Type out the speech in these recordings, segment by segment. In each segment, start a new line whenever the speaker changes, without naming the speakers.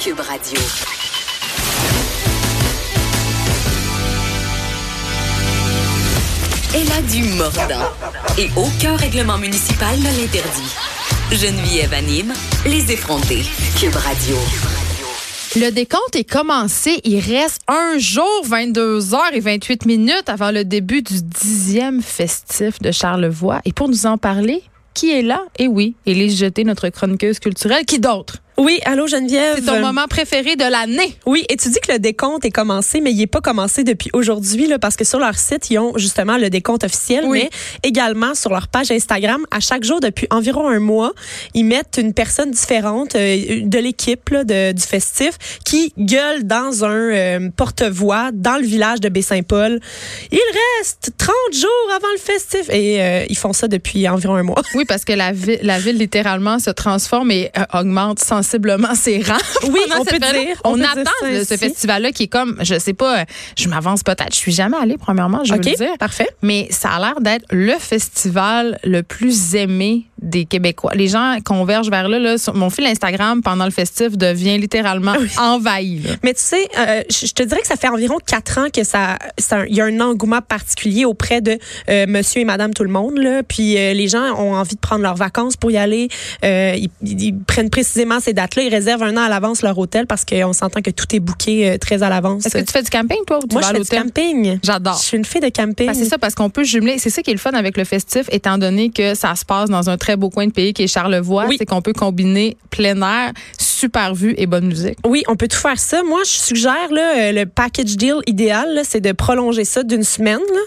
Cube Radio. Elle a du mordant. Et aucun règlement municipal ne l'interdit. Geneviève anime les effrontés. Cube Radio.
Le décompte est commencé. Il reste un jour, 22 heures et 28 minutes avant le début du dixième festif de Charlevoix. Et pour nous en parler, qui est là? Et oui, Élise Jeté, notre chroniqueuse culturelle. Qui d'autre?
Oui, allô Geneviève.
C'est ton moment préféré de l'année.
Oui, et tu dis que le décompte est commencé, mais il n'est pas commencé depuis aujourd'hui, là, parce que sur leur site, ils ont justement le décompte officiel,
Oui.
mais également sur leur page Instagram, à chaque jour depuis environ un mois, ils mettent une personne différente euh, de l'équipe là, de- du festif qui gueule dans un euh, porte-voix dans le village de Baie-Saint-Paul. Il reste 30 jours avant le festif. Et euh, ils font ça depuis environ un mois.
Oui, parce que la, vi- la ville littéralement se transforme et euh, augmente sensiblement ses rangs.
Oui,
pendant
on
cette
peut
période.
dire-
On,
on peut dire
attend
ça
le- ce
ici.
festival-là qui est comme, je sais pas, euh, je m'avance peut-être. Je suis jamais allée, premièrement, je veux le
OK,
dire.
parfait.
Mais ça a l'air d'être le festival le plus aimé des Québécois. Les gens convergent vers là. là sur mon fil Instagram pendant le festif devient littéralement
Ah
envahi. là.
Mais tu sais, euh, je je te dirais que ça fait environ quatre ans que ça, ça- il y a un engouement particulier auprès de euh, Monsieur et Madame tout le monde là. Puis euh, les gens ont envie de prendre leurs vacances pour y aller. Euh, ils, ils- ils prennent précisément ces dates-là. Ils réservent un an à l'avance leur hôtel parce qu'on s'entend que tout est booké euh, très à l'avance.
Est-ce que tu fais du camping, toi, ou tu
Moi,
vas
je
à
fais du
l'hôtel?
camping.
J'adore.
Je suis une fille de camping.
Ben, c'est ça, parce qu'on peut jumeler. C'est ça qui est le fun avec le festif, étant donné que ça se passe dans un très beau coin de pays qui est Charlevoix.
Oui.
C'est qu'on peut combiner plein air, super vue et bonne musique.
Oui, on peut tout faire ça. Moi, je suggère là, euh, le package deal idéal, là, c'est de prolonger ça d'une semaine. là.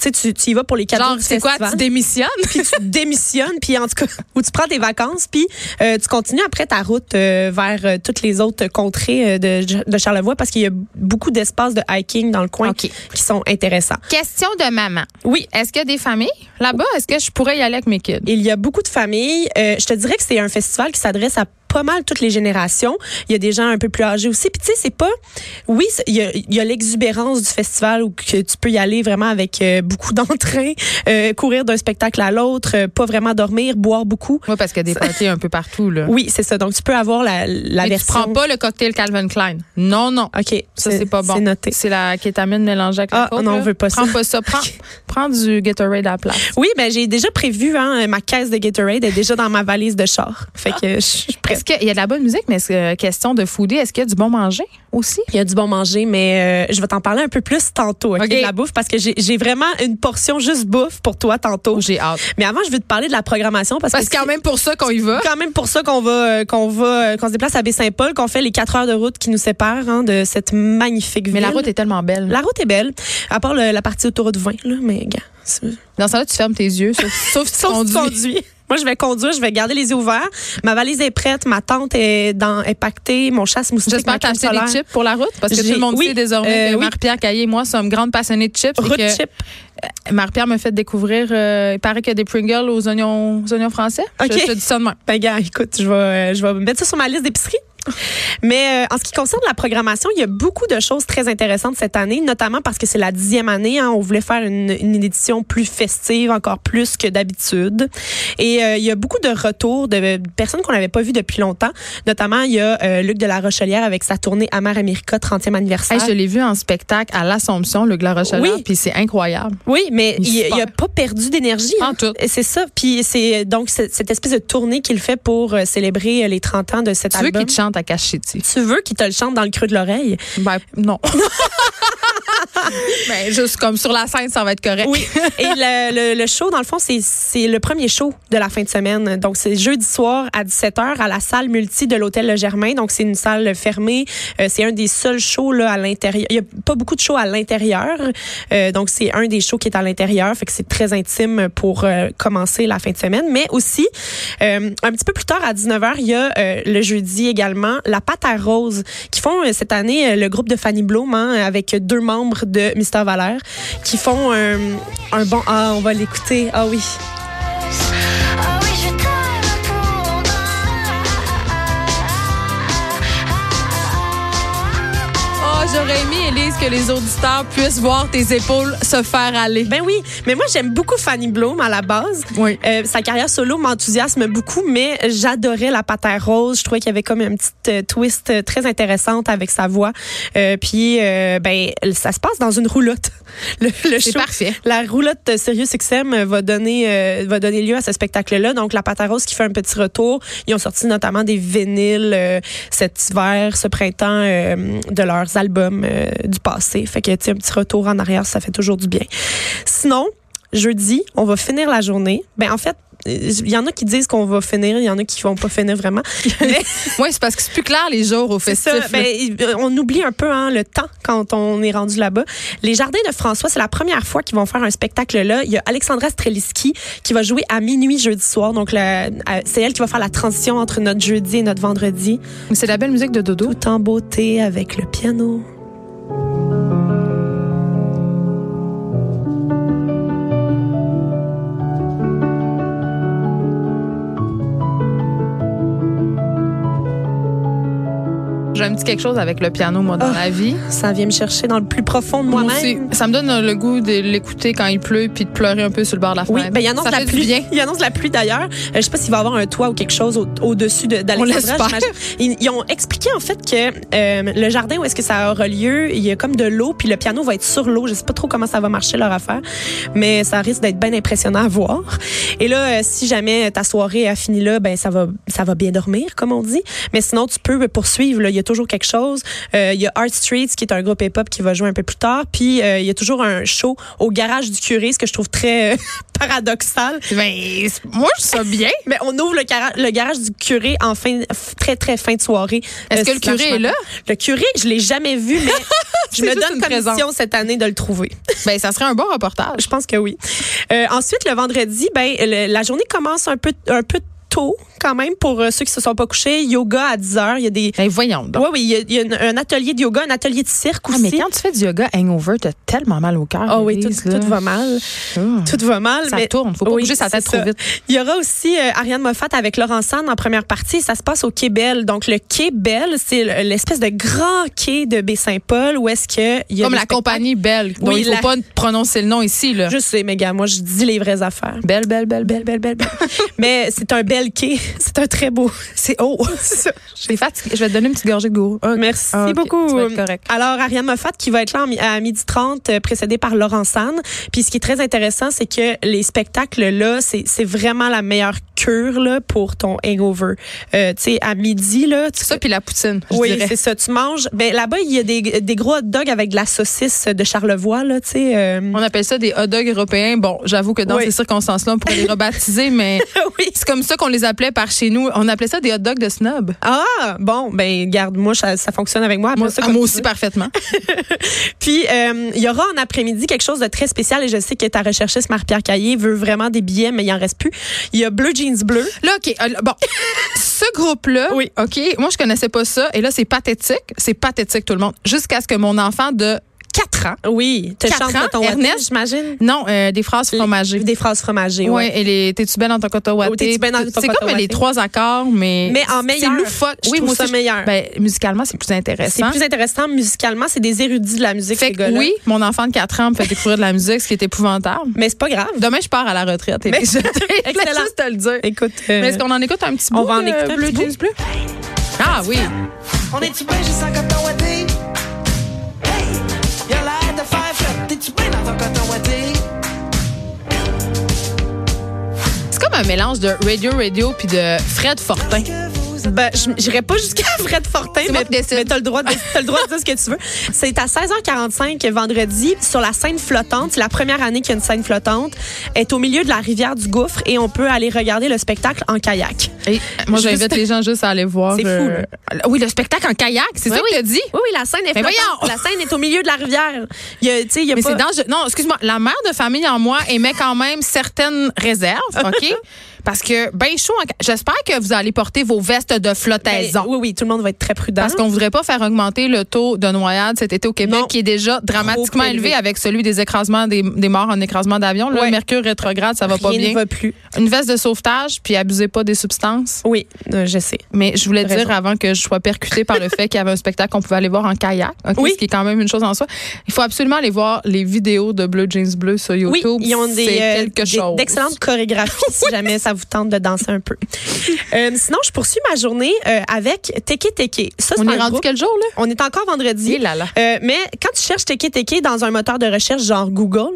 Tu sais, tu, tu y vas pour les quatre jours
Genre,
du
c'est quoi,
festival.
tu démissionnes?
puis tu démissionnes, puis en tout cas, ou tu prends tes vacances, puis euh, tu continues après ta route euh, vers euh, toutes les autres contrées euh, de, de Charlevoix parce qu'il y a beaucoup d'espaces de hiking dans le coin
OK.
qui sont intéressants.
Question de maman.
Oui.
Est-ce qu'il y a des familles là-bas? Est-ce que je pourrais y aller avec mes kids?
Il y a beaucoup de familles. Euh, je te dirais que c'est un festival qui s'adresse à pas mal toutes les générations. Il y a des gens un peu plus âgés aussi. Puis tu sais, c'est pas... Oui, c'est- il y a, il y a l'exubérance du festival où que tu peux y aller vraiment avec euh, beaucoup d'entrain, euh, courir d'un spectacle à l'autre, euh, pas vraiment dormir, boire beaucoup.
Oui, parce qu'il y a des parties un peu partout, là.
Oui, c'est ça. Donc, tu peux avoir la, la
Mais tu
version.
prends pas le cocktail Calvin Klein. Non, non.
OK.
Ça, c'est pas bon.
C'est noté.
C'est la kétamine mélangée avec la
Ah,
coke,
non, on
là.
veut pas ça.
Prends pas ça. Prends, prends du Gatorade à la place.
Oui, ben j'ai déjà prévu, hein, ma caisse de Gatorade est déjà dans ma valise de char. Fait que je suis prête.
Est-ce qu'il y a de la bonne musique, mais est-ce que- question de foodie, est-ce qu'il y a du bon manger aussi?
Il y a du bon manger, mais euh, je vais t'en parler un peu plus tantôt, OK,
OK.
de la bouffe, parce que j'ai j'ai vraiment une portion juste bouffe pour toi tantôt.
Oh, j'ai hâte.
Mais avant, je veux te parler de la programmation, parce,
Parce
que...
quand
c'est
même pour ça qu'on y va.
quand même pour ça qu'on va euh, qu'on va euh, qu'on se déplace à Baie-Saint-Paul, qu'on fait les quatre heures de route qui nous séparent hein, de cette magnifique ville.
Mais la route est tellement belle.
la route est belle, à part le- la partie autoroute 20 là, mais gars, c'est-
Dans ça, là tu fermes tes yeux, sauf, sauf si tu
Sauf si tu
conduis.
conduis. Moi, je vais conduire, je vais garder les yeux ouverts. Ma valise est prête, ma tente est, dans, est pactée, mon chasse moustique.
J'espère
ma
que t'as
crème
acheté des
solaire.
chips pour la route, parce que tout
J'ai-
le monde
oui,
sait désormais
euh,
que
oui.
Marie-Pierre Caillé et moi sommes grandes passionnées de chips. et
Route
que
chip.
Marie-Pierre me fait découvrir, euh, il paraît qu'il y a des Pringles aux oignons, aux oignons français. Je-
OK.
Je, te dis ça de même.
Ben, gars, écoute, je vais, euh, je vais mettre ça sur ma liste d'épicerie. Mais euh, en ce qui concerne la programmation, il y a beaucoup de choses très intéressantes cette année, notamment parce que c'est la dixième année. hein. on voulait faire une, une édition plus festive, encore plus que d'habitude. Et euh, il y a beaucoup de retours de personnes qu'on n'avait pas vues depuis longtemps. Notamment, il y a euh, Luc de la Rochelière avec sa tournée Amar America 30e anniversaire.
Hey, je l'ai vu en spectacle à l'Assomption, le Glarochel,
Oui.
puis c'est incroyable.
Oui, mais
Il est
il, il a
super.
pas perdu d'énergie.
En
hein.
tout.
Et C'est ça. Puis c'est donc c'est- cette espèce de tournée qu'il fait pour euh, célébrer euh, les 30 ans de cet
Tu veux
album.
qu'il te chante à Cachetier?
tu veux qu'il te le chante dans le creux de l'oreille?
Ben, non. Ben, juste comme sur la scène, ça va être correct.
Oui. Et le, le- le show, dans le fond, c'est- c'est le premier show de la fin de semaine. Donc, c'est jeudi soir à 17h à la salle multi de l'Hôtel Le Germain. Donc, c'est une salle fermée. Euh, c'est un des seuls shows là, à l'intérieur. Il n'y a pas beaucoup de shows à l'intérieur. Euh, donc, c'est un des shows qui est à l'intérieur. Fait que c'est très intime pour euh, commencer la fin de semaine. Mais aussi, euh, un petit peu plus tard, à 19h, il y a euh, le jeudi également la pâte à rose qui font euh, cette année euh, le groupe de Fanny Blum hein, avec deux membres de Mister Valère qui font un, un bon. Ah, on va l'écouter. Ah oui.
Ah oui, je t'aime pour moi.
Oh, j'aurais aimé, Elise, que les auditeurs puissent voir tes épaules se faire aller.
Ben oui. Mais moi, j'aime beaucoup Fanny Blum à la base.
oui.
Euh, sa carrière solo m'enthousiasme beaucoup, mais j'adorais la patère rose. Je trouvais qu'il y avait comme une petite euh, twist euh, très intéressante avec sa voix. Euh, puis, euh, ben, ça se passe dans une roulotte. Le, le
C'est
show.
parfait.
La roulotte de Sirius XM va donner, euh, va donner lieu à ce spectacle-là. Donc, la Pâte à Rose qui fait un petit retour. Ils ont sorti notamment des vinyles euh, cet hiver, ce printemps, euh, de leurs albums euh, du passé. Fait que, tu sais, un petit retour en arrière, ça fait toujours du bien. Sinon, jeudi, on va finir la journée. Ben, en fait, euh, il y en a qui disent qu'on va finir, il y en a qui vont pas finir vraiment. Mais
Oui, c'est parce que c'est plus clair les jours au
c'est
festif.
ça.
là.
Ben, il- euh, on oublie un peu hein, le temps quand on est rendu là-bas. Les Jardins de François, c'est la première fois qu'ils vont faire un spectacle là. Il y a Alexandra Streliski qui va jouer à minuit jeudi soir. Donc, la- euh, c'est elle qui va faire la transition entre notre jeudi et notre vendredi.
Mais c'est de la belle musique de Dodo.
Tout en beauté avec le piano.
J'ai un petit quelque chose avec le piano, moi, dans
Oh,
la vie.
Ça vient me chercher dans le plus profond de
Moi aussi.
moi-même.
Ça me donne euh, le goût de l'écouter quand il pleut puis de pleurer un peu sur le bord de la
Oui,
fenêtre.
ben, il annonce
ça
la
fait du
pluie.
bien.
Il annonce la pluie d'ailleurs. Euh, je sais pas s'il va y avoir un toit ou quelque chose au- au-dessus de- d'Alexandra.
l'espère.
j'imagine. Ils, ils ont expliqué en fait que euh, le jardin où est-ce que ça aura lieu, il y a comme de l'eau, puis le piano va être sur l'eau. Je sais pas trop comment ça va marcher leur affaire, mais ça risque d'être bien impressionnant à voir. Et là, euh, si jamais ta soirée a fini là, ben ça va, ça va bien dormir, comme on dit. Mais sinon, tu peux poursuivre. là. Il y a toujours quelque chose. Euh, il y a Art Streets, qui est un groupe hip-hop qui va jouer un peu plus tard. Puis euh, il y a toujours un show au garage du curé, ce que je trouve très euh, paradoxal.
Ben, c'est- moi, je sais bien.
Mais on ouvre le, gara- le garage du curé en fin, f- très, très fin de soirée.
Est-ce
Euh,
que le
slash
curé est
matin.
là?
Le curé, je l'ai jamais vu, mais je me
juste
donne
une
comme
présence.
mission cette année de le trouver.
Ben, ça serait un bon reportage.
Je pense que oui. Euh, ensuite, le vendredi, ben, le- la journée commence un peu, un peu tôt quand même pour euh, ceux qui se sont pas couchés. Yoga à 10 heures. Il y a des...
Ben, voyons donc.
Ouais, oui, il y a, il y a une- un atelier de yoga, un atelier de cirque
Ah,
aussi.
mais quand tu fais du yoga hangover, t'as tellement mal au cœur.
Ah oui, tout,
Élise, là.
tout va mal.
Ah.
Tout va mal.
Ça
mais-
tourne, faut pas
Oui,
bouger sa tête
c'est
trop
ça.
vite.
Il y aura aussi euh, Ariane Moffat avec Laurent Sand en première partie. Ça se passe au Quai Belle. Donc, le Quai Belle, c'est l- l'espèce de grand quai de Baie-Saint-Paul où est-ce que il y a
Comme
des
la
spectacles-
compagnie Belle, dont
Oui,
il faut
la-
pas prononcer le nom ici. Là.
Je sais, mais gars, moi, je dis les vraies affaires.
Belle, belle, belle, belle.
Belle, belle, belle, belle. mais c'est un bel quai. C'est un très beau. C'est haut. C'est ça.
Je suis fatiguée. Je vais te donner une petite gorgée de gourou. Ah,
Merci
ah, ok,
beaucoup.
tu vas être correct.
Alors, Ariane Moffat qui va être là en mi- à 12h30, euh, précédée par Laurent San. Puis ce qui est très intéressant, c'est que les spectacles, là, c'est c'est vraiment la meilleure cure là, pour ton hangover. Euh, tu sais, à midi, là, tu
Ça, puis la poutine. je
oui,
dirais.
c'est ça. Tu manges. Ben là-bas, il y a des, des gros hot dogs avec de la saucisse de Charlevoix, là, tu sais. euh,
On appelle ça des hot dogs européens. Bon, j'avoue que dans
Oui.
ces circonstances-là, on pourrait les rebaptiser, mais
oui.
c'est comme ça qu'on les appelait par chez nous. On appelait ça des hot dogs de snob.
Ah, bon, ben garde, moi, ça, ça fonctionne avec moi. Appelle
Moi,
ça
ah,
comme
moi
tu
aussi,
veux.
parfaitement.
Puis, euh, il y aura en après-midi quelque chose de très spécial et je sais que ta recherchiste Marie-Pierre Caillé veut vraiment des billets, mais il en reste plus. Il y a Bleu Jeans Bleu.
Là, OK. euh, Bon, ce groupe-là,
Oui.
OK, moi, je connaissais pas ça. Et là, c'est pathétique. C'est pathétique, tout le monde. Jusqu'à ce que mon enfant de 4 ans,
Oui, te
Quatre
chante
ans,
de ton
Ernest?
Wattpad, j'imagine.
non, euh, des phrases fromagées.
Des phrases fromagées,
Oui,
ouais.
et les T'es-tu belle dans ton coton ouaté?
Oh, T'es-tu belle dans ton
C'est
coton
comme les
ouaté?
trois accords, mais.
Mais en meilleur.
C'est loufoque.
Je
oui,
trouve
moi
ça
aussi, je-
meilleur.
ben, musicalement, c'est plus
Euh, C'est
intéressant.
plus intéressant musicalement, c'est des érudits de la musique,
fait
ces
que
gars-là.
oui, mon enfant de 4 ans me fait découvrir de la musique, ce qui est épouvantable.
Mais c'est pas grave.
Demain, je pars à la retraite. Et
Mais-
je je voulais
Excellent.
juste te le dire.
Écoute, euh,
Mais est-ce qu'on en écoute un petit bout?
on va en
de
écouter un
Bleu
petit
Jeans
bout.
Bleu? Ah oui.
On est-tu bien juste en coton ouaté? Hey! Y'a l'air de faire fret. T'es-tu bien dans ton coton ouaté?
C'est comme un mélange de Radio Radio puis de Fred Fortin.
Que vous
Ben, je- j'irai pas jusqu'à Fred Fortin,
C'est moi
mais,
qui décide.
mais t'as le droit de, t'as le droit de dire ce que tu veux. C'est à 16h45 vendredi sur la scène flottante. C'est la première année qu'il y a une scène flottante. Elle est au milieu de la rivière du Gouffre et on peut aller regarder le spectacle en kayak.
Et moi,
Juste-
j'invite les gens juste à aller voir.
C'est
euh, Oui, le spectacle en kayak, c'est
Oui,
ça que
oui.
t'as dit?
Oui, oui, la scène est
Mais
flottante.
voyons!
La scène est au milieu de la rivière. Il y a, tu sais, il y a
Mais
pas-
c'est dangereux. Non, excuse-moi, la mère de famille en moi émet quand même certaines réserves, OK? Parce que, ben chaud, en ca- j'espère que vous allez porter vos vestes de
Ben,
flottaison.
Oui, oui, tout le monde va être très prudent.
Parce qu'on voudrait pas faire augmenter le taux de noyade cet été au Québec,
Non.
qui est déjà dramatiquement
Trop élevé.
élevé avec celui des écrasements, des, des morts en écrasement d'avion. Là,
Ouais.
mercure rétrograde, ça va pas
Rien
bien.
ne va plus.
Une veste de sauvetage, puis abusez pas des substances.
Oui, euh, je sais.
Mais je voulais
T'as
dire
raison.
avant que je sois percutée par le fait qu'il y avait un spectacle qu'on pouvait aller voir en kayak, ok,
Oui.
ce qui est quand même une chose en soi. Il faut absolument aller voir les vidéos de Bleu Jeans Bleu sur
Oui,
YouTube.
ils ont des,
C'est
euh,
quelque
des-
chose.
d'excellentes chorégraphies si jamais ça vous tente de danser un peu. Euh, sinon, je poursuis ma journée euh, avec Teke Teke. Ça, c'est
On
un
est rendu
groupe-
quel jour, là?
On est encore vendredi.
Eh là là.
Euh, mais quand tu cherches Teke Teke dans un moteur de recherche genre Google,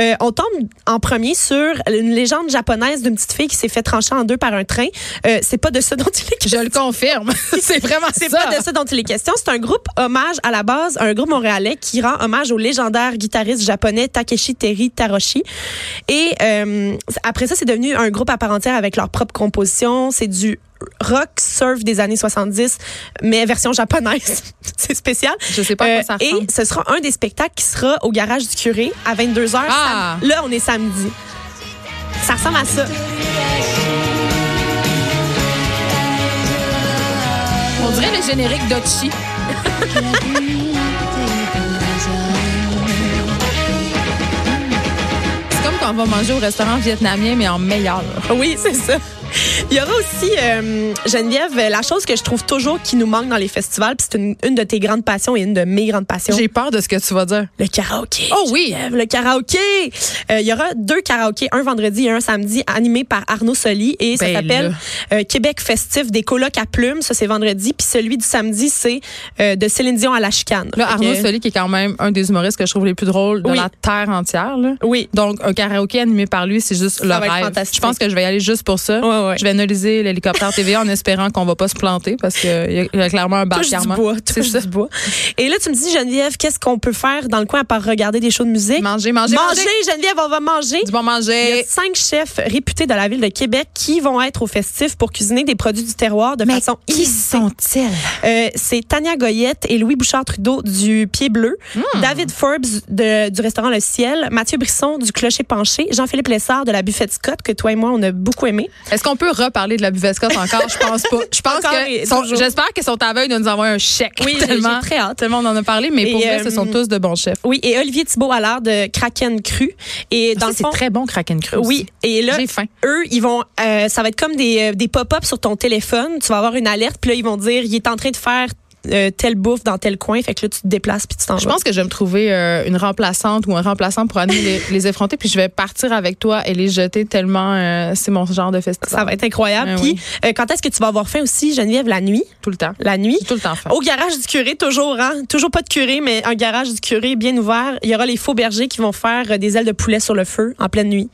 euh, on tombe en premier sur une légende japonaise d'une petite fille qui s'est fait trancher en deux par un train. Euh, c'est pas de ça dont il est
Je le confirme. c'est vraiment ça.
c'est pas de ça dont il est question. C'est un groupe hommage à la base, un groupe montréalais qui rend hommage au légendaire guitariste japonais Takeshi Terry Taroshi. Et euh, après ça, c'est devenu un groupe à part entière avec leur propre composition. C'est du rock surf des années 70, mais version japonaise. c'est spécial. Euh,
Je sais pas à quoi ça ressemble.
et ce sera un des spectacles qui sera au garage du curé à 22h.
Ah!
Sam- Là, on est samedi. Ça ressemble à ça.
On dirait le générique d'Ochi. C'est comme quand on va manger au restaurant vietnamien, mais en meilleur.
Oui, c'est ça. Il y aura aussi, euh, Geneviève, la chose que je trouve toujours qui nous manque dans les festivals, puis c'est une, une de tes grandes passions et une de mes grandes passions,
J'ai peur de ce que tu vas dire.
le karaoké.
Oh oui!
Geneviève, Le karaoké! Euh, il y aura deux karaokés, un vendredi et un samedi, animés par Arnaud Soli. Et ça
Ben
s'appelle euh, Québec festif des colocs à plumes. Ça, c'est vendredi. Puis celui du samedi, c'est euh, de Céline Dion à la chicane.
Là,
Fait que-
Arnaud Soli, qui est quand même un des humoristes que je trouve les plus drôles de
Oui.
la terre entière. Là.
Oui.
Donc, un karaoké animé par lui, c'est juste le
va être
rêve.
fantastique.
Je pense que je vais y aller juste pour ça.
Ouais, ouais.
Je vais analyser l'hélicoptère TV en espérant qu'on va pas se planter parce qu'il y a clairement un
Touche du
barrière.
bois,
C'est
touche
ça.
du bois. Et là, tu me dis, Geneviève, qu'est-ce qu'on peut faire dans le coin à part regarder des shows de musique?
Manger, manger,
manger,
manger.
Geneviève, on va manger.
Du bon
Il y a
manger.
cinq chefs réputés de la ville de Québec qui vont être au festif pour cuisiner des produits du terroir de façon ici.
sont-ils?
c'est Tania Goyette et Louis Bouchard Trudeau du Pied Bleu,
Hmm.
David Forbes de- du restaurant Le Ciel, Mathieu Brisson du Clocher Penché, Jean-Philippe Lessard de la Buffette Scott que toi et moi on a beaucoup aimé.
Est-ce qu'on peut reparler de la buvette Scott encore? Je pense pas. Je pense
Encore
que.
et
sont-
toujours.
J'espère qu'ils sont à veille de nous envoyer un chèque.
Oui, j'ai-
tellement.
j'ai très hâte.
Tellement on en a parlé, mais
Et,
pour vrai,
euh,
ce sont tous de bons chefs.
Oui, et Olivier Thibault à l'art de Kraken Cru et dans
Ça,
le fond
c'est très bon, Kraken Cru.
Oui, et là,
J'ai faim.
eux, ils vont, euh, ça va être comme des, euh, des pop-up sur ton téléphone. Tu vas avoir une alerte, puis là, ils vont dire, il est en train de faire euh, telle bouffe dans tel coin. Fait que là, tu te déplaces, puis tu t'en vas.
Je pense que je vais me trouver euh, une remplaçante ou un remplaçant pour aller les, les effronter, puis je vais partir avec toi et les jeter tellement euh, c'est mon genre de festival.
ça va être incroyable.
Ah
puis,
oui.
euh, quand est-ce que tu vas avoir faim aussi, Geneviève, la nuit?
tout le temps.
La nuit?
J'ai tout le temps faim.
Au garage du curé, toujours, hein? Toujours pas de curé, mais un garage du curé bien ouvert. Il y aura les faux bergers qui vont faire euh, des ailes de poulet sur le feu en pleine nuit.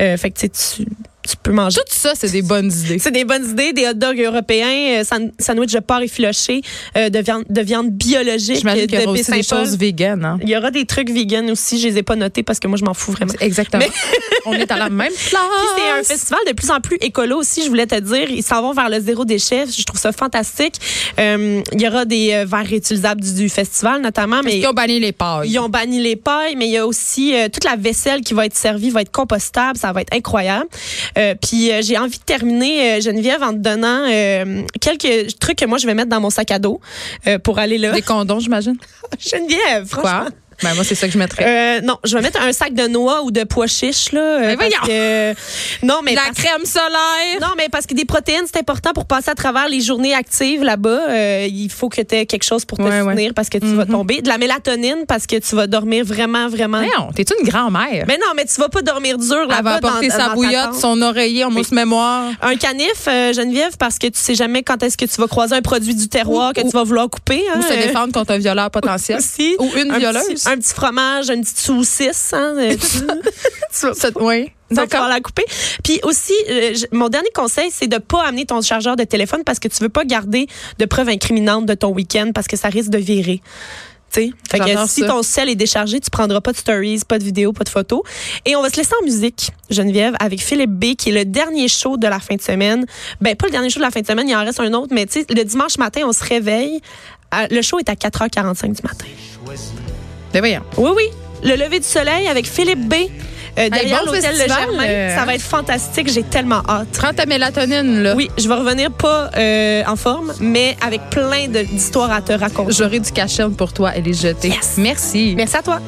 Euh, fait que tu, sais, tu tu peux manger.
Tout ça, c'est des bonnes idées.
C'est des bonnes idées, des hot dogs européens, euh, san- sandwich de porc effiloché, euh, de viande, de viande biologique,
J'imagine qu'il y
de
aura aussi des
Baie-Saint-Paul.
choses véganes. Hein?
Il y aura des trucs vegan aussi, je les ai pas notés parce que moi je m'en fous vraiment.
Exactement. On est à la même
Puis c'est un
place.
festival de plus en plus écolo aussi, je voulais te dire. Ils s'en vont vers le zéro déchet. Je trouve ça fantastique. Euh, il y aura des euh, verres réutilisables du, du festival notamment, mais
Ils ont banni les pailles.
ils ont banni les pailles, mais il y a aussi euh, toute la vaisselle qui va être servie va être compostable, ça va être incroyable. Euh, puis euh, j'ai envie de terminer euh, Geneviève en te donnant euh, quelques trucs que moi je vais mettre dans mon sac à dos euh, pour aller là.
Des condoms, j'imagine.
Geneviève, franchement.
Quoi? Ben, moi, c'est ça que je mettrais.
Euh, non, je vais mettre un sac de noix ou de pois chiches là. euh,
Mais
parce
voyons!
que- non mais
la
parce-
crème solaire.
non, mais parce que des protéines, c'est important pour passer à travers les journées actives là-bas. Euh, il faut que tu aies quelque chose pour te
Ouais, Mm-hmm. ouais.
soutenir parce que tu vas tomber. De la mélatonine parce que tu vas dormir vraiment, vraiment
Non, t'es-tu une grand-mère?
mais non, mais tu vas pas dormir dur
Elle va
là-bas dans,
apporter
dans
sa
ta
bouillotte,
tente.
son oreiller en mousse-mémoire.
Un canif, euh, Geneviève, parce que tu sais jamais quand est-ce que tu vas croiser un produit du terroir
Ou-
que
ou-
tu vas vouloir couper. hein.
Ou se
Euh,
défendre contre un violeur potentiel.
aussi.
Ou une
un
violeuse.
petit- Un petit, un petit fromage, une petite saucisse. Hein, euh, tu-
Ça- ah, Oui.
tu vas pouvoir
D'accord.
la couper. Puis aussi, euh, j- mon dernier conseil, c'est de pas amener ton chargeur de téléphone parce que tu veux pas garder de preuves incriminantes de ton week-end parce que ça risque de virer. Tu sais? Fait que
J'adore
si
ça.
ton cell est déchargé, tu prendras pas de stories, pas de vidéos, pas de photos. Et on va se laisser en musique, Geneviève, avec Philippe B, qui est le dernier show de la fin de semaine. Ben, pas le dernier show de la fin de semaine, il en reste un autre, mais tu sais, le dimanche matin, on se réveille. À- Le show est à 4h45 du matin.
Ben voyons.
Oui, oui. Le lever du soleil avec Philippe B. euh, derrière
bon
l'hôtel Le
festival,
Germain.
euh.
Ça va être fantastique. J'ai tellement hâte.
Prends ta mélatonine, là.
Oui, je vais revenir pas euh, en forme, mais avec plein de- d'histoires à te raconter.
J'aurai du cachet pour toi et les jeter.
Yes.
Merci.
Merci à toi.